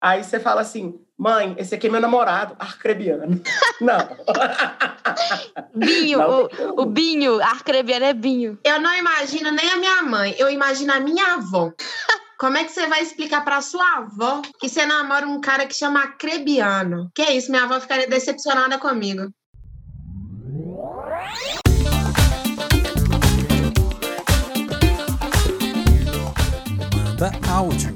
Aí você fala assim, mãe, esse aqui é meu namorado, arcrebiano. Não. Binho, Não o, o Binho, arcrebiano é Binho. Eu não imagino nem a minha mãe, eu imagino a minha avó. Como é que você vai explicar pra sua avó que você namora um cara que chama Acrebiano? Que isso, minha avó ficaria decepcionada comigo. Manda áudio.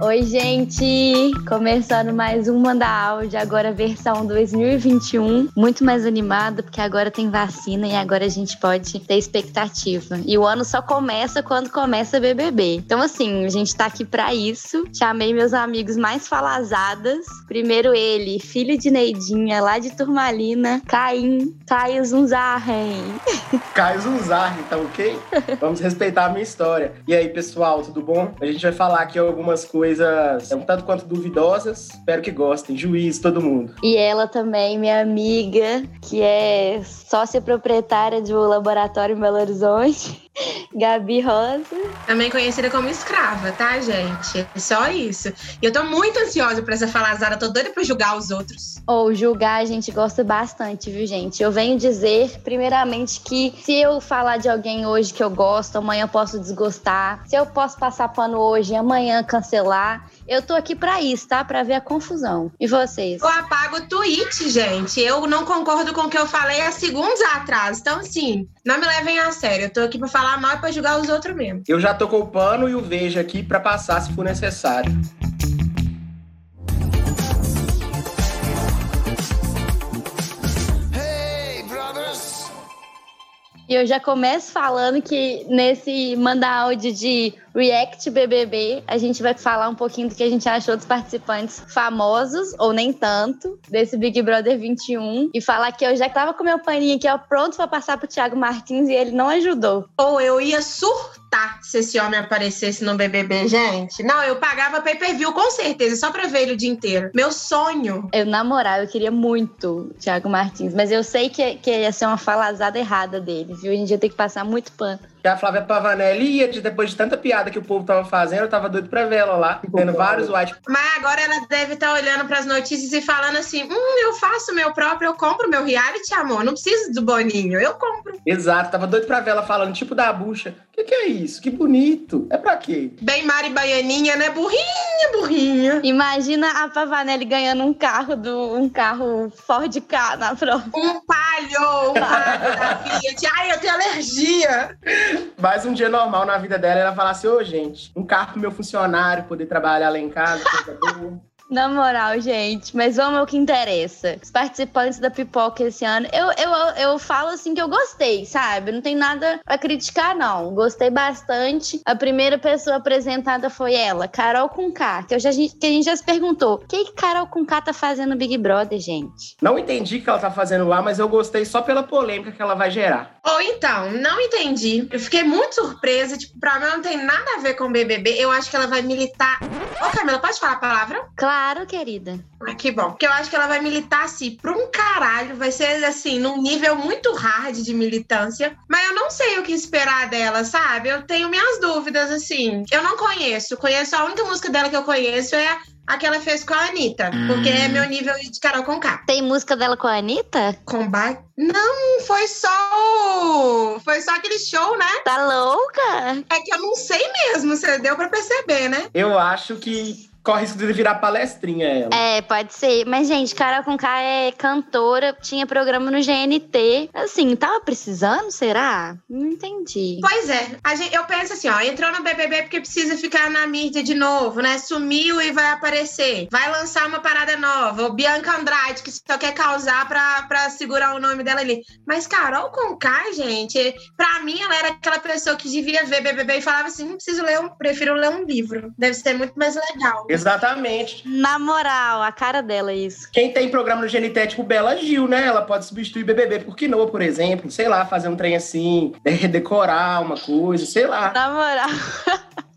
Oi, gente! Começando mais um Manda Áudio, agora versão 2021. Muito mais animada, porque agora tem vacina e agora a gente pode ter expectativa. E o ano só começa quando começa BBB. Então, assim, a gente tá aqui pra isso. Chamei meus amigos mais falazadas. Primeiro ele, filho de Neidinha, lá de Turmalina, Caim, Caio Zunzarren. Caio Zunzar, então, ok? Vamos respeitar a minha história. E aí, pessoal, tudo bom? A gente vai falar aqui algumas coisas um tanto quanto duvidosas. Espero que gostem. Juiz, todo mundo. E ela também, minha amiga, que é sócia proprietária do laboratório em Belo Horizonte, Gabi Rosa. Também conhecida como escrava, tá, gente? É só isso. E eu tô muito ansiosa pra essa falazada, tô doida pra julgar os outros. Ou julgar a gente gosta bastante, viu, gente? Eu venho dizer, primeiramente, que se eu falar de alguém hoje que eu gosto, amanhã eu posso desgostar. Se eu posso passar pano hoje e amanhã cancelar. Eu tô aqui pra isso, tá? Pra ver a confusão. E vocês? Eu apago o tweet, gente. Eu não concordo com o que eu falei há segundos atrás. Então, assim, não me levem a sério. Eu tô aqui pra falar mal e pra julgar os outros mesmo. Eu já tô com o pano e o veja aqui pra passar se for necessário. E eu já começo falando que nesse manda áudio de React BBB, a gente vai falar um pouquinho do que a gente achou dos participantes famosos, ou nem tanto, desse Big Brother 21. E falar que eu já tava com meu paninho aqui, ó, pronto pra passar pro Thiago Martins e ele não ajudou. Ou eu ia surtar se esse homem aparecesse no BBB, gente. Não, eu pagava pay per view, com certeza, só pra ver ele o dia inteiro. Meu sonho. Eu, na moral, eu queria muito o Thiago Martins, mas eu sei que, que ia ser uma falazada errada dele, viu? A gente ia ter que passar muito pano. E a Flávia Pavanelli ia, de- depois de tanta piada que o povo tava fazendo, eu tava doido pra ver ela lá, tendo vários white Mas agora ela deve estar olhando pras notícias e falando assim: hum, eu faço meu próprio, eu compro meu reality, amor. Não preciso do Boninho, eu compro. Exato, tava doido pra ver ela falando, tipo da bucha. O que, que é isso? Que bonito. É pra quê? Bem Mari Baianinha, né? Burrinha, burrinha. Imagina a Pavanelli ganhando um carro do um carro Ford K na prova. Um palho, um palho da Fiat. Ai, eu tenho alergia. Mais um dia normal na vida dela, ela fala assim, ô gente, um carro pro meu funcionário poder trabalhar lá em casa, coisa boa. Na moral, gente, mas vamos ao que interessa. Os participantes da pipoca esse ano, eu, eu, eu falo assim que eu gostei, sabe? Não tem nada a criticar, não. Gostei bastante. A primeira pessoa apresentada foi ela, Carol Conká, que, eu já, que a gente já se perguntou: o que, que Carol Conká tá fazendo no Big Brother, gente? Não entendi o que ela tá fazendo lá, mas eu gostei só pela polêmica que ela vai gerar. Ou então, não entendi. Eu fiquei muito surpresa. Tipo, pra mim não tem nada a ver com o BBB. Eu acho que ela vai militar. Ô, Camila, pode falar a palavra? Claro, querida. Ah, que bom. Porque eu acho que ela vai militar, assim, pra um caralho. Vai ser, assim, num nível muito hard de militância. Mas eu não sei o que esperar dela, sabe? Eu tenho minhas dúvidas, assim. Eu não conheço. Conheço a única música dela que eu conheço é a que ela fez com a Anitta. Porque é meu nível de Carol Conká. Tem música dela com a Anitta? Combate? Não, foi só. o- Foi só aquele show, né? Tá louca? É que eu não sei mesmo, você deu pra perceber, né? Eu acho que corre risco de virar palestrinha ela. É, pode ser. Mas, gente, Carol Conká é cantora, tinha programa no GNT. Assim, tava precisando, será? Não entendi. Pois é, a gente, eu penso assim, ó, entrou no BBB porque precisa ficar na mídia de novo, né? Sumiu e vai aparecer. Vai lançar uma parada nova, o Bianca Andrade, que só quer causar pra, pra segurar o nome dela ali. Mas Carol Conká, gente, pra mim ela era aquela pessoa que devia ver BBB e falava assim, não preciso ler, um, prefiro ler um livro. Deve ser muito mais legal. Exatamente. Na moral, a cara dela é isso. Quem tem programa no GNT é tipo Bela Gil, né? Ela pode substituir BBB por Quinoa, por exemplo. Sei lá, fazer um trem assim, decorar uma coisa, sei lá. Na moral.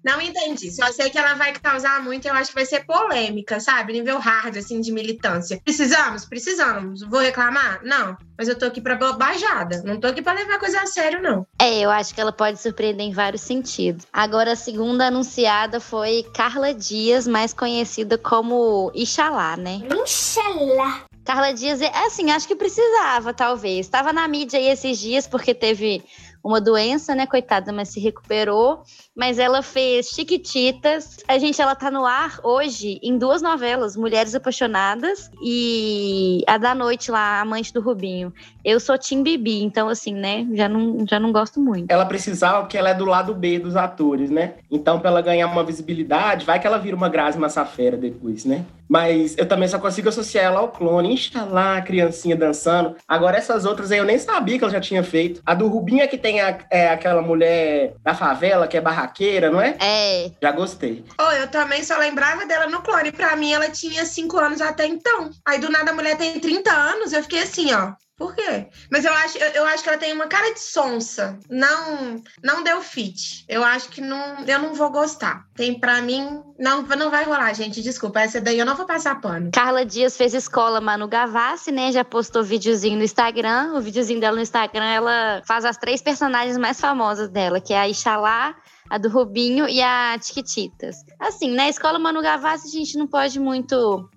Não entendi. Só sei que ela vai causar muito, eu acho que vai ser polêmica, sabe? Nível hard, assim, de militância. Precisamos? Precisamos. Vou reclamar? Não. Mas eu tô aqui pra bobajada. Não tô aqui pra levar coisa a sério, não. É, eu acho que ela pode surpreender em vários sentidos. Agora, a segunda anunciada foi Carla Dias, mais conhecida como Ixalá, né? Inxalá. Carla Dias, é assim, acho que precisava, talvez. Estava na mídia aí esses dias porque teve uma doença, né, coitada, mas se recuperou. Mas ela fez Chiquititas. A gente, ela tá no ar hoje em duas novelas, Mulheres Apaixonadas e a da noite lá, Amante do Rubinho. Eu sou Tim Bibi, então assim, né, já não, já não gosto muito. Ela precisava porque ela é do lado B dos atores, né? Então, pra ela ganhar uma visibilidade, vai que ela vira uma Grazi Massafera depois, né? Mas eu também só consigo associar ela ao clone. Inxalá, a criancinha dançando. Agora, essas outras aí eu nem sabia que ela já tinha feito. A do Rubinho é que tem a- é, aquela mulher da favela que é barraqueira, não é? É, Já gostei. Oh, eu também só lembrava dela no clone. Pra mim, ela tinha 5 anos até então. Aí, do nada, a mulher tem 30 anos. Eu fiquei assim, ó. Por quê? Mas eu acho, eu, eu acho que ela tem uma cara de sonsa. Não não deu fit. Eu acho que não, eu não vou gostar. Tem pra mim... Não, não vai rolar, gente. Desculpa. Essa daí eu não vou passar pano. Carla Dias fez escola Manu Gavassi, né? Já postou videozinho no Instagram. O videozinho dela no Instagram, ela faz as três personagens mais famosas dela, que é a Ixalá, a do Rubinho e a Tiquititas. Assim, na escola Manu Gavassi, a gente não pode muito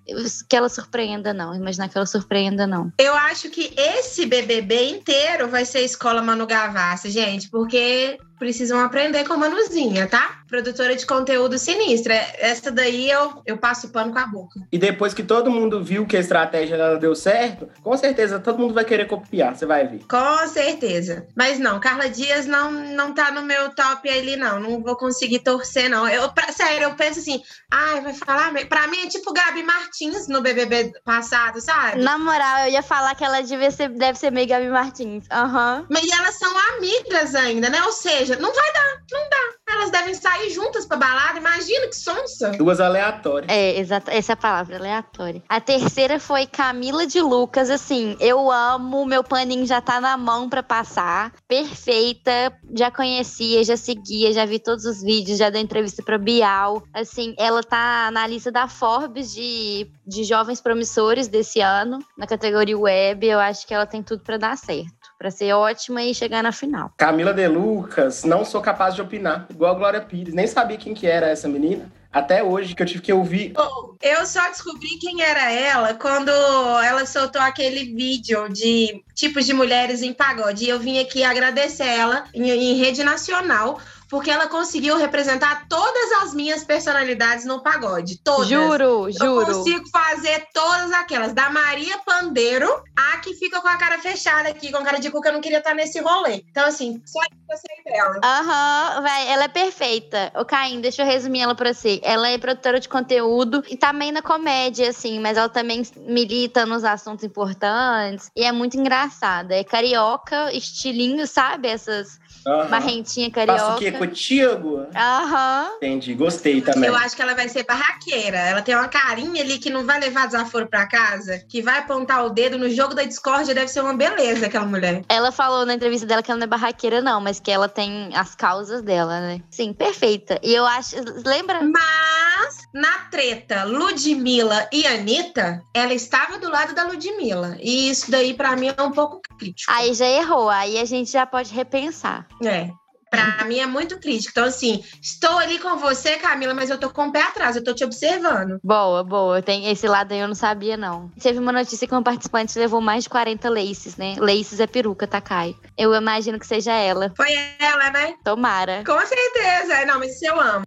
que ela surpreenda, não. Imaginar que ela surpreenda, não. Eu acho que esse BBB inteiro vai ser escola Manu Gavassi, gente, porque precisam aprender com a Manuzinha, tá? Produtora de conteúdo sinistra. Essa daí eu, eu passo pano com a boca. E depois que todo mundo viu que a estratégia dela deu certo, com certeza todo mundo vai querer copiar, você vai ver. Com certeza. Mas não, Carla Dias não, não tá no meu top ali, não. Não vou conseguir torcer, não. Eu, pra- sério, eu penso assim, ai, vai falar. me- Pra mim é tipo Gabi Martins no BBB passado, sabe? Na moral, eu ia falar que ela devia ser- deve ser meio Gabi Martins. Aham. Mas elas são amigas ainda, né? Ou seja, não vai dar, não dá. Elas devem sair juntas pra balada. Imagina que sonsa. Duas aleatórias. É, exata, essa é a palavra, aleatória. A terceira foi Camila de Lucas, assim, eu amo, meu paninho já tá na mão pra passar. Perfeita, já conhecia, já seguia, já vi todos os vídeos, já deu entrevista pra Bial. Assim, ela tá na lista da Forbes de, de jovens promissores desse ano, na categoria web, eu acho que ela tem tudo pra dar certo. Pra ser ótima e chegar na final. Camila De Lucas, não sou capaz de opinar, igual a Glória Pires. Nem sabia quem que era essa menina. Até hoje que eu tive que ouvir. Eu só descobri quem era ela quando ela soltou aquele vídeo de tipos de mulheres em pagode. E eu vim aqui agradecer ela em, em rede nacional, porque ela conseguiu representar todas as minhas personalidades no pagode. Todas. Juro, Eu juro. consigo fazer todas aquelas. Da Maria Pandeiro, a que fica com a cara fechada aqui, com cara de cu que eu não queria estar nesse rolê. Então, assim, só isso eu sei dela. Aham, vai, ela é perfeita. Ô, Caim, deixa eu resumir ela pra você. Ela é produtora de conteúdo e tá meio na comédia, assim, mas ela também milita nos assuntos importantes e é muito engraçada. É carioca, estilinho, sabe? Essas Aham. marrentinha Faço o quê carioca. contigo? Aham. Entendi, gostei também. Eu acho que ela vai ser barraqueira. Ela tem uma carinha ali que não vai levar desaforo pra casa, que vai apontar o dedo no jogo da discórdia. Deve ser uma beleza aquela mulher. Ela falou na entrevista dela que ela não é barraqueira, não, mas que ela tem as causas dela, né? Sim, perfeita. E eu acho. Lembra? Mas, na treta Ludmilla e Anitta, ela estava do lado da Ludmilla. E isso daí, pra mim, é um pouco crítico. Aí já errou, aí a gente já pode repensar. É. Pra mim é muito crítico. Então, assim, estou ali com você, Camila, mas eu tô com o pé atrás, eu tô te observando. Boa, boa. Tem esse lado aí eu não sabia, não. Teve uma notícia que uma participante levou mais de 40 laces, né? Laces é peruca, tá, Kai? Eu imagino que seja ela. Foi ela, né? Tomara. Com certeza. Não, mas isso eu amo.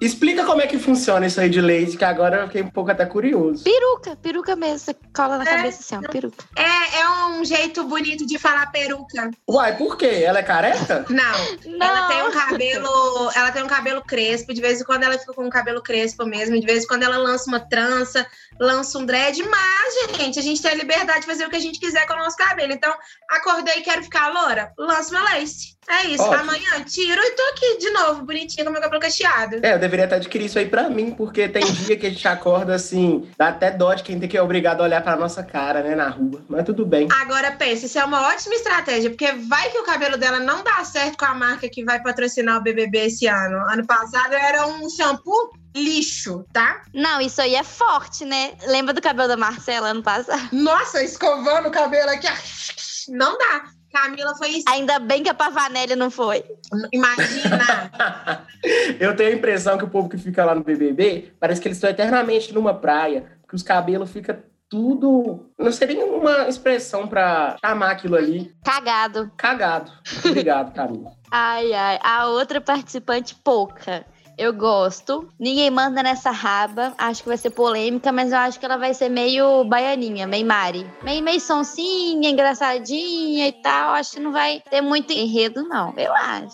Explica como é que funciona isso aí de leite, que agora eu fiquei um pouco até curioso. Peruca, peruca mesmo. Você cola na É, cabeça assim, ó, peruca. É, é um jeito bonito de falar peruca. Uai, por quê? Ela é careta? Não. Não. Ela tem um cabelo, ela tem um cabelo crespo, de vez em quando ela fica com um cabelo crespo mesmo, de vez em quando ela lança uma trança, lança um dread, mas gente, a gente tem a liberdade de fazer o que a gente quiser com o nosso cabelo. Então, acordei e quero ficar loura, lanço meu lace. É isso. Ótimo. Amanhã tiro e tô aqui de novo, bonitinha com meu cabelo cacheado. É, eu deveria até adquirir isso aí pra mim, porque tem dia que a gente acorda assim, dá até dó de quem tem que é obrigado a olhar pra nossa cara, né, na rua. Mas tudo bem. Agora pensa, isso é uma ótima estratégia, porque vai que o cabelo dela não dá certo com a marca que vai patrocinar o BBB esse ano. Ano passado era um shampoo lixo, tá? Não, isso aí é forte, né? Lembra do cabelo da Marcela ano passado? Nossa, escovando o cabelo aqui, ah, não dá. Camila foi isso. Ainda bem que a Pavanelli não foi. Imagina. Eu tenho a impressão que o povo que fica lá no BBB parece que eles estão eternamente numa praia, que os cabelos ficam tudo. Não sei nem uma expressão pra chamar aquilo ali. Cagado. Cagado. Obrigado, Camila. Ai, ai. A outra participante, pouca. Eu gosto. Ninguém manda nessa raba. Acho que vai ser polêmica, mas eu acho que ela vai ser meio baianinha, meio Mari. Meio, meio sonsinha, engraçadinha e tal. Acho que não vai ter muito enredo, não. Eu acho.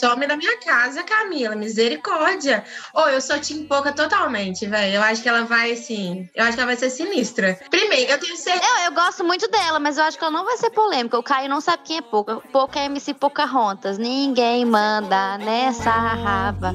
Some da minha casa, Camila, misericórdia. Ô, eu sou Tim Pouca totalmente, velho. Eu acho que ela vai, assim. Eu acho que ela vai ser sinistra. Primeiro, eu tenho certeza. Eu, eu gosto muito dela, mas eu acho que ela não vai ser polêmica. O Caio não sabe quem é pouca. Pouca é MC Pocahontas. Ninguém manda nessa raba.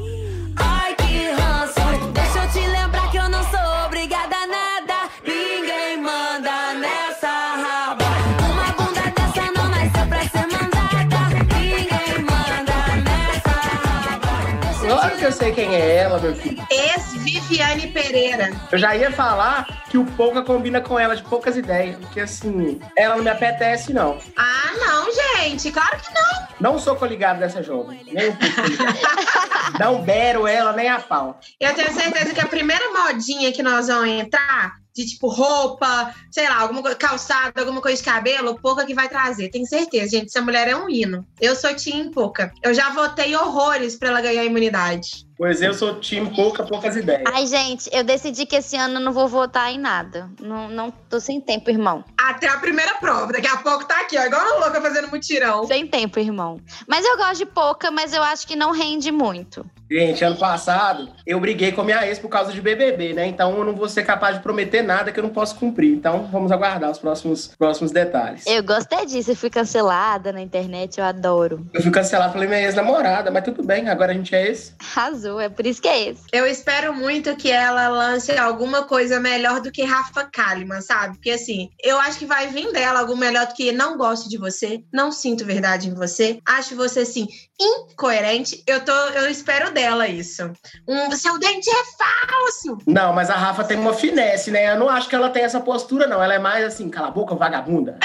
Ai, que ranço. Deixa eu te lembrar que eu não sou obrigada a nada. Ninguém manda nessa raba. Uma bunda dessa não nasceu pra ser mandada. Ninguém manda nessa raba. Deixa eu te Claro que eu sei quem é ela, meu filho. Ex-Viviane Pereira. Eu já ia falar que o pouca combina com ela de poucas ideias, porque assim, ela não me apetece, não. Ah, não, gente. Claro que não. Não sou coligado dessa jovem. Nem um pouco coligado. Não bero ela nem a pau. Eu tenho certeza que a primeira modinha que nós vamos entrar, de tipo roupa, sei lá, alguma coisa, calçado, alguma coisa de cabelo, pouca que vai trazer. Tenho certeza, gente. Essa mulher é um hino. Eu sou Tim Pouca. Eu já votei horrores pra ela ganhar imunidade. Pois eu sou time pouca, poucas ideias. Ai, gente, eu decidi que esse ano eu não vou votar em nada. Não, não tô sem tempo, irmão. Até a primeira prova. Daqui a pouco tá aqui, ó, igual uma louca fazendo mutirão. Sem tempo, irmão. Mas eu gosto de pouca, mas eu acho que não rende muito. Gente, ano passado eu briguei com a minha ex por causa de BBB, né? Então eu não vou ser capaz de prometer nada que eu não posso cumprir. Então vamos aguardar os próximos, próximos detalhes. Eu... Eu gostei disso. Eu fui cancelada na internet, eu adoro. fui cancelado pela minha ex-namorada, mas tudo bem, agora a gente é ex. Arrasou, é por isso que é esse. Eu espero muito que ela lance alguma coisa melhor do que Rafa Kalimann, sabe? Porque assim, eu acho que vai vir dela algo melhor do que não gosto de você, não sinto verdade em você, acho você assim incoerente. Eu tô, eu espero dela isso. Um seu dente é falso. Não, mas a Rafa tem uma finesse, né? Eu não acho que ela tem essa postura, não. Ela é mais assim, cala a boca, vagabunda.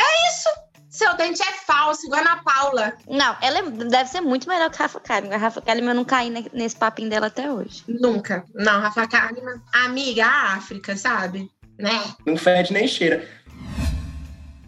Seu dente é falso, igual a Ana Paula. Não, ela é- deve ser muito melhor que a Rafa Kalimann. A Rafa Kalimann eu não caí ne- nesse papinho dela até hoje. Nunca. Não, Rafa Kalimann. Amiga, a África, sabe? Né? Não fede nem cheira.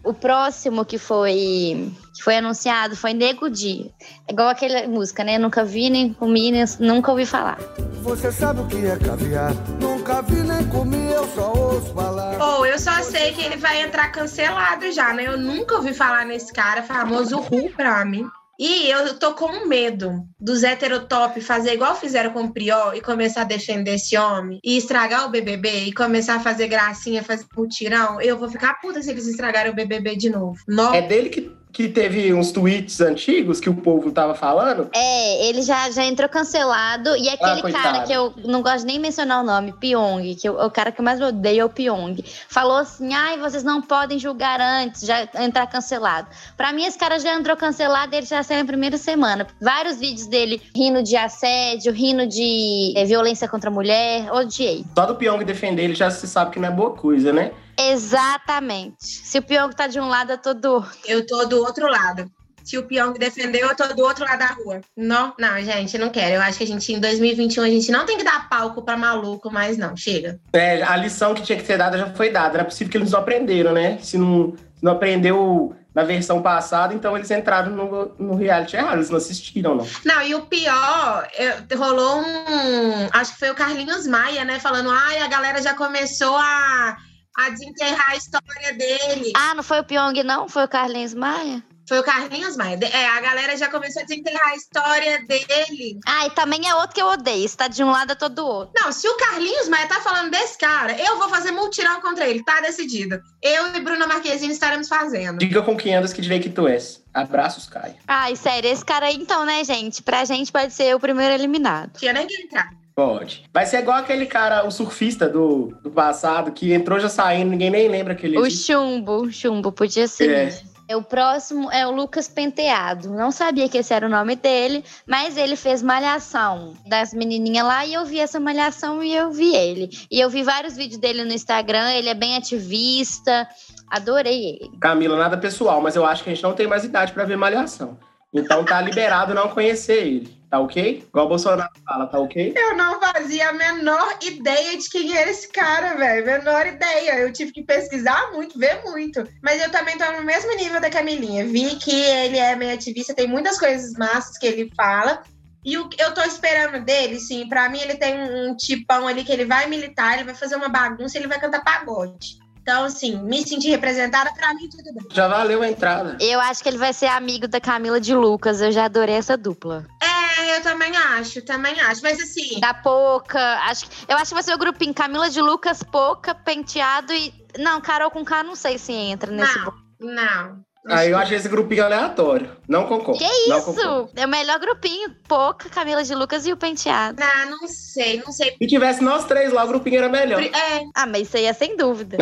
O próximo que foi que foi anunciado foi Nego Di. É igual aquela música, né? Nunca vi, nem comi, nem, nunca ouvi falar. Você sabe o que é caviar? Nunca vi nem comi, eu só ouço falar. Ou eu só sei que ele vai entrar cancelado já, né? Eu nunca ouvi falar nesse cara, famoso Ru pra mim. E eu tô com um medo dos heterotop fazer igual fizeram com o Priol e começar a defender esse homem e estragar o BBB e começar a fazer gracinha, fazer mutirão. Eu vou ficar puta se eles estragarem o BBB de novo. Nossa. É dele que, que teve uns tweets antigos que o povo tava falando. É, ele já, já entrou cancelado. E é aquele coitado. cara que eu não gosto nem mencionar o nome, Pyong, que eu- o cara que eu mais odeio é o Pyong, falou assim: ai, vocês não podem julgar antes, já entrar cancelado. Pra mim, esse cara já entrou cancelado e ele já saiu na primeira semana. Vários vídeos dele rindo de assédio, rindo de eh, violência contra a mulher, odiei. Só do Pyong defender ele já se sabe que não é boa coisa, né? Exatamente. Se o Pyong tá de um lado, eu tô do outro. Eu tô do outro lado. Se o Pyong defendeu, eu tô do outro lado da rua. Não, não, gente, não quero. Eu acho que a gente, em 2021, a gente não tem que dar palco pra maluco, mas não, chega. É, a lição que tinha que ser dada já foi dada. Não é possível que eles não aprenderam, né? Se não, se não aprendeu na versão passada, então eles entraram no, no reality errado. Eles não assistiram, não. Não, e o pior, eu- rolou um. Acho que foi o Carlinhos Maia, né? Falando, ai, a galera já começou a, a desenterrar a história dele. Ah, não foi o Pyong, não? Foi o Carlinhos Maia? Foi o Carlinhos Maia. De- É, a galera já começou a desenterrar a história dele. Ah, e também é outro que eu odeio. Se tá de um lado, eu tô do outro. Não, se o Carlinhos Maia tá falando desse cara, eu vou fazer multirão contra ele, tá decidido. Eu e Bruna Marquezine estaremos fazendo. Diga com quem andas que direi que tu és. Abraços, Caio. Ai, sério, esse cara aí então, né, gente? Pra gente pode ser o primeiro eliminado. Tinha nem que entrar. Pode. Vai ser igual aquele cara, o surfista do, do passado, que entrou já saindo, ninguém nem lembra que ele O existe. chumbo, chumbo, podia ser. É. mesmo. É. O próximo é o Lucas Penteado. Não sabia que esse era o nome dele, mas ele fez Malhação das menininhas lá e eu vi essa Malhação e eu vi ele. E eu vi vários vídeos dele no Instagram, ele é bem ativista, adorei ele. Camila, nada pessoal, mas eu acho que a gente não tem mais idade pra ver malhação. Então tá liberado não conhecer ele, tá ok? Igual o Bolsonaro fala, tá ok? Eu não fazia a menor ideia de quem era esse cara, velho. Menor ideia. Eu tive que pesquisar muito, ver muito. Mas eu também tô no mesmo nível da Camilinha. Vi que ele é meio ativista, tem muitas coisas massas que ele fala. E o que eu tô esperando dele, sim, pra mim ele tem um, um tipão ali que ele vai militar, ele vai fazer uma bagunça, ele vai cantar pagode. Então, assim, me sentir representada, pra mim tudo bem. Já valeu a entrada. Eu acho que ele vai ser amigo da Camila de Lucas, eu já adorei essa dupla. É, eu também acho, também acho. Mas assim, Da Poca, acho que, eu acho que vai ser o grupinho Camila de Lucas, Poca, Penteado e... Não, Carol com K não sei se entra nesse Não. grupo. não. Aí eu achei esse grupinho aleatório. Não concordo. Que não concordo. Isso! É o melhor grupinho. Pouca, Camila de Lucas e o Penteado. Ah, não sei, não sei. Se tivesse nós três lá, o grupinho era melhor. É, Ah, mas isso aí é sem dúvida.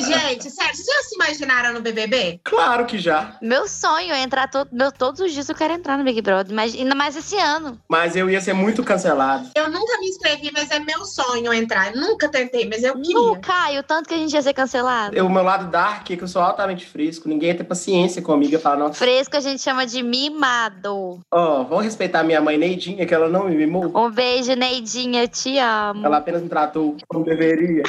Gente, sério, vocês já se imaginaram no BBB? claro que já. meu sonho é entrar todo, meu, todos os dias eu quero entrar no Big Brother, mas ainda mais esse ano. Mas eu ia ser muito cancelado. Eu nunca me inscrevi, mas é meu sonho entrar. Eu Nunca tentei, mas eu queria. Nunca, e o tanto que a gente ia ser cancelado. Eu- O meu lado dark é que eu sou altamente fresco. Ninguém tem paciência comigo. Eu falo, nossa, Fresco a gente chama de mimado. ó, vão respeitar minha mãe Neidinha, que ela não me mimou. Um beijo, Neidinha, te amo. Ela apenas me tratou como deveria.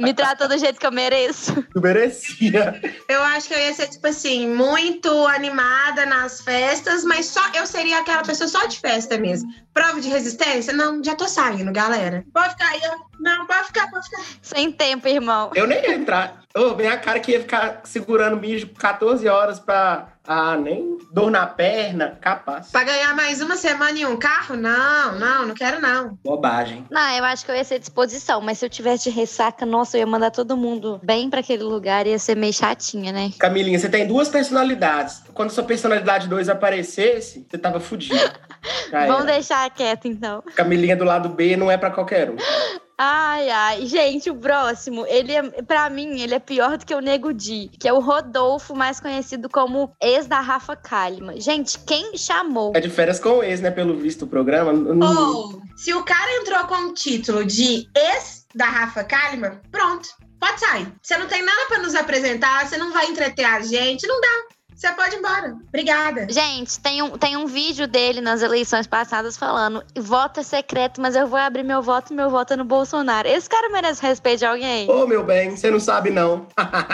Me trata do jeito que eu mereço. Eu merecia. Eu acho que eu ia ser, tipo assim, muito animada nas festas, mas só eu seria aquela pessoa só de festa mesmo. Prova de resistência? Não, já tô saindo, galera. Pode ficar aí, eu- não, pode ficar, pode ficar. Sem tempo, irmão. Eu nem ia entrar. Ô, minha cara que ia ficar segurando mijo por 14 horas pra. Ah, nem dor na perna, capaz. Pra ganhar mais uma semana e um carro? Não, não, não quero não. Bobagem. Não, eu acho que eu ia ser disposição, mas se eu tivesse de ressaca, nossa, eu ia mandar todo mundo bem pra aquele lugar, ia ser meio chatinha, né? Camilinha, você tem duas personalidades. Quando sua personalidade 2 aparecesse, você tava fudido. Já era. Vamos deixar quieto então. Camilinha do lado B não é pra qualquer um. Ai, ai. Gente, o próximo, ele é, pra mim, ele é pior do que o Nego Di, que é o Rodolfo, mais conhecido como ex da Rafa Kalimann. Gente, quem chamou? É de férias com ex, né? Pelo visto do programa. Oh. Hum, Ou, se o cara entrou com o título de ex da Rafa Kalimann, pronto, pode sair. Você não tem nada pra nos apresentar, você não vai entreter a gente, não dá. Você pode ir embora. Obrigada. Gente, tem um, tem um vídeo dele nas eleições passadas falando: voto é secreto, mas eu vou abrir meu voto, meu voto é no Bolsonaro. Esse cara merece respeito de alguém? Ô, meu bem, você não sabe, não.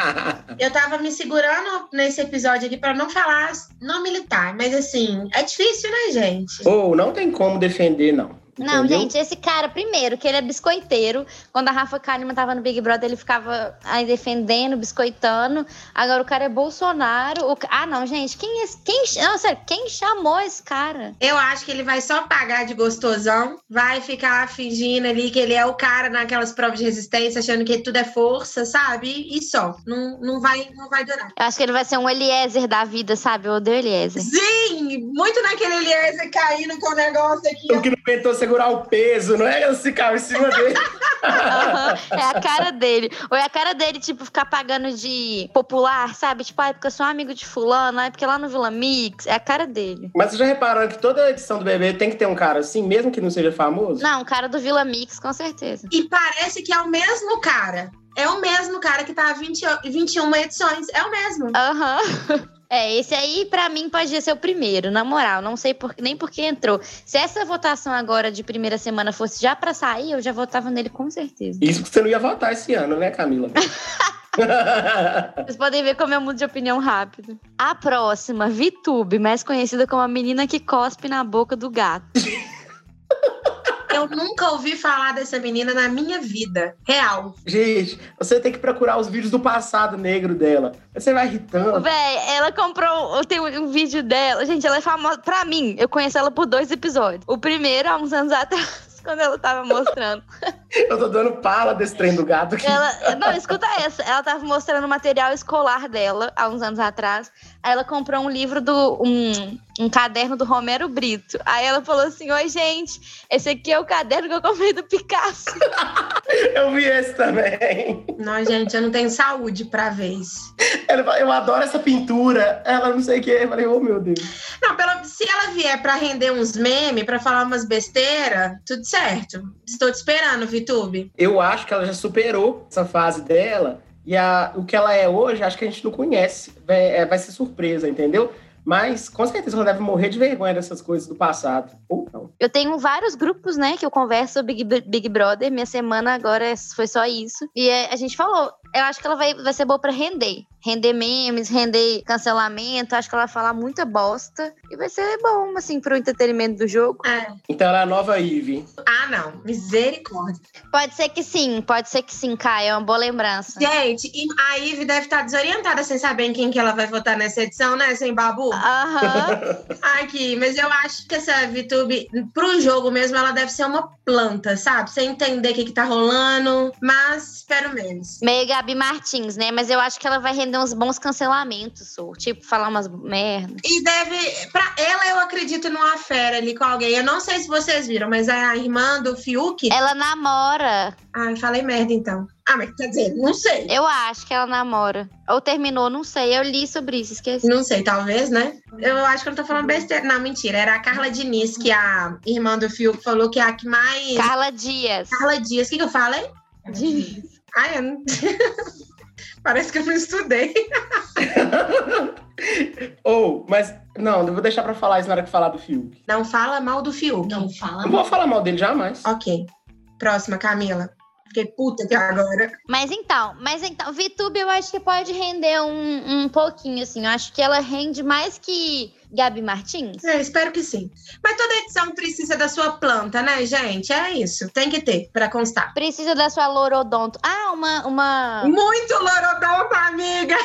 Eu tava me segurando nesse episódio aqui pra não falar, não militar, mas assim, é difícil, né, gente? Ou não tem como defender, não. Não, Entendeu? gente, esse cara, primeiro, que ele é biscoiteiro. Quando a Rafa Kalimann tava no Big Brother, ele ficava aí defendendo, biscoitando. Agora o cara é Bolsonaro. O ca- Ah, não, gente, quem é esse- quem, ch- não, sério, quem chamou esse cara? Eu acho que ele vai só pagar de gostosão, vai ficar fingindo ali que ele é o cara naquelas provas de resistência, achando que tudo é força, sabe? E só. Não, não, vai, não vai durar. Eu acho que ele vai ser um Eliezer da vida, sabe? Eu odeio Eliezer. Sim, muito naquele Eliezer caindo com o negócio aqui. O que não tentou segurar o peso, não é? Esse cara em cima dele. Aham, é a cara dele. Ou é a cara dele, tipo, ficar pagando de popular, sabe? Tipo, ah, é porque eu sou amigo de fulano, ah, é porque lá no Vila Mix. É a cara dele. Mas você já reparou que toda edição do bebê tem que ter um cara assim, mesmo que não seja famoso? Não, o cara do Vila Mix, com certeza. E parece que é o mesmo cara. É o mesmo cara que tá há 20, e- 21 edições. É o mesmo. Aham. É, esse aí, pra mim, pode ser o primeiro, na moral. Não sei por, nem por que entrou. Se essa votação agora de primeira semana fosse já pra sair, eu já votava nele com certeza. Isso que você não ia votar esse ano, né, Camila? Vocês podem ver como eu mudo de opinião rápido. A próxima, Vitube, mais conhecida como a menina que cospe na boca do gato. Eu nunca ouvi falar dessa menina na minha vida. Real. Gente, você tem que procurar os vídeos do passado negro dela. Você vai irritando. Véi, ela comprou. Eu tenho um vídeo dela. Gente, ela é famosa. Pra mim, eu conheço ela por dois episódios. O primeiro, há uns anos atrás, quando ela tava mostrando Eu tô dando pala desse trem do gato aqui. Ela, não, escuta essa. Ela tava mostrando o material escolar dela há uns anos atrás. Aí ela comprou um livro do. Um, um caderno do Romero Brito. Aí ela falou assim: Oi, gente, esse aqui é o caderno que eu comprei do Picasso. Eu vi esse também. Não, gente, eu não tenho saúde pra ver isso. Ele fala, eu adoro essa pintura. Ela não sei o que. Eu falei, oh meu Deus. Não, pela, se ela vier pra render uns memes, pra falar umas besteiras, tudo certo. Estou te esperando, Vitube. Eu acho que ela já superou essa fase dela. E a- o que ela é hoje, acho que a gente não conhece. Vai, é, vai ser surpresa, entendeu? Mas com certeza ela deve morrer de vergonha dessas coisas do passado. Ou não. Eu tenho vários grupos, né, que eu converso sobre Big, Big Brother. Minha semana agora é- foi só isso. E é, a gente falou, eu acho que ela vai, vai ser boa pra render. Render memes, render cancelamento. Acho que ela vai falar muita bosta. E vai ser bom, assim, pro entretenimento do jogo. É. Então ela é a nova Eve. Ah, não. Misericórdia. Pode ser que sim, pode ser que sim, Caio. É uma boa lembrança. Gente, e a Ive deve estar desorientada sem saber em quem que ela vai votar nessa edição, né? Sem babu. Aham. Aqui, mas eu acho que essa VTube, pro jogo mesmo, ela deve ser uma planta, sabe? Sem entender o que, que tá rolando, mas espero menos. Meio Gabi Martins, né? Mas eu acho que ela vai render uns bons cancelamentos, Su. Tipo, falar umas merda. E deve. Pra ela, eu acredito numa fera ali com alguém. Eu não sei se vocês viram, mas é a irmã do Fiuk. Ela namora. Ai, falei merda então. Ah, mas quer dizer, não sei. Eu acho que ela namora. Ou terminou, não sei. Eu li sobre isso, esqueci. Não sei, talvez, né? Eu acho que eu não tô falando besteira. Não, mentira. Era a Carla Diniz, que a irmã do Fiuk falou que é a que mais. Carla Dias. Carla Dias. O que, que eu falei? Ai, eu não... é. Parece que eu não estudei. Ou, mas. Não, eu vou deixar pra falar isso na hora que falar do Fiuk. Não fala mal do Fiuk. Não Não vou falar mal dele jamais. Ok. Próxima, Camila. Fiquei puta aqui agora. Mas então, mas então, VTube eu acho que pode render um, um pouquinho, assim. Eu acho que ela rende mais que Gabi Martins. É, espero que sim. Mas toda edição precisa da sua planta, né, gente? É isso. Tem que ter, pra constar. Precisa da sua lorodonto. Ah, uma, uma, Muito lorodonta, amiga!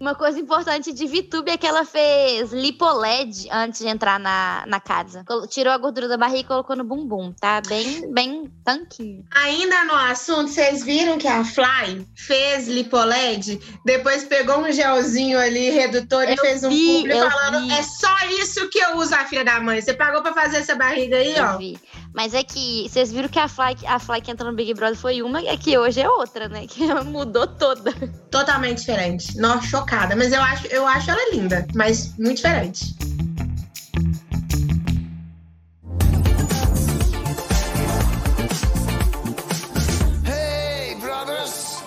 uma coisa importante de VTube é que ela fez lipoled antes de entrar na, na casa. Colo- Tirou a gordura da barriga e colocou no bumbum, tá? Bem, bem tanquinho. Ainda no assunto, vocês viram que a Fly fez lipoled, depois pegou um gelzinho ali, redutor, e Eu fez um vi, publi eu falando: vi. é só isso que eu uso a filha da mãe. Você pagou pra fazer essa barriga aí, Eu ó. vi. Mas é que vocês viram que a Fly, a Fly que entrou no Big Brother foi uma, é que hoje é outra, né? Que ela mudou toda. Totalmente diferente. Nossa, chocada. Mas eu acho, eu acho ela linda, mas muito diferente. Hey, brothers!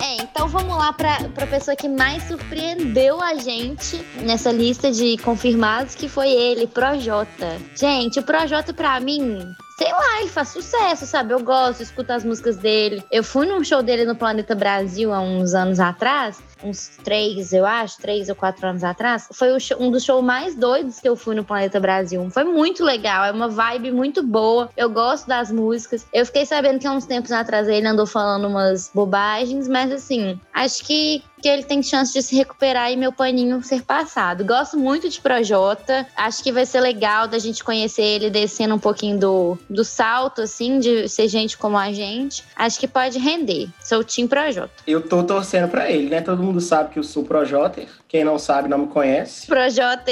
É, então vamos lá pra, pra pessoa que mais surpreendeu a gente nessa lista de confirmados, que foi ele, Projota. Gente, o Projota pra mim, sei lá, ele faz sucesso, sabe? Eu gosto, escuto as músicas dele. Eu fui num show dele no Planeta Brasil há uns anos atrás, uns três, eu acho, três ou quatro anos atrás. Foi o show- um dos shows mais doidos que eu fui no Planeta Brasil. Foi muito legal, é uma vibe muito boa. Eu gosto das músicas. Eu fiquei sabendo que há uns tempos atrás ele andou falando umas bobagens, mas assim, acho que, que ele tem chance de se recuperar e meu paninho ser passado. Gosto muito de Projota, acho que vai ser legal da gente conhecer ele descendo um pouquinho do, do salto, assim, de ser gente como a gente. Acho que pode render. Sou o Team Projota. Eu tô torcendo pra ele, né? Todo mundo sabe que eu sou Projoter. Quem não sabe, não me conhece. Projota.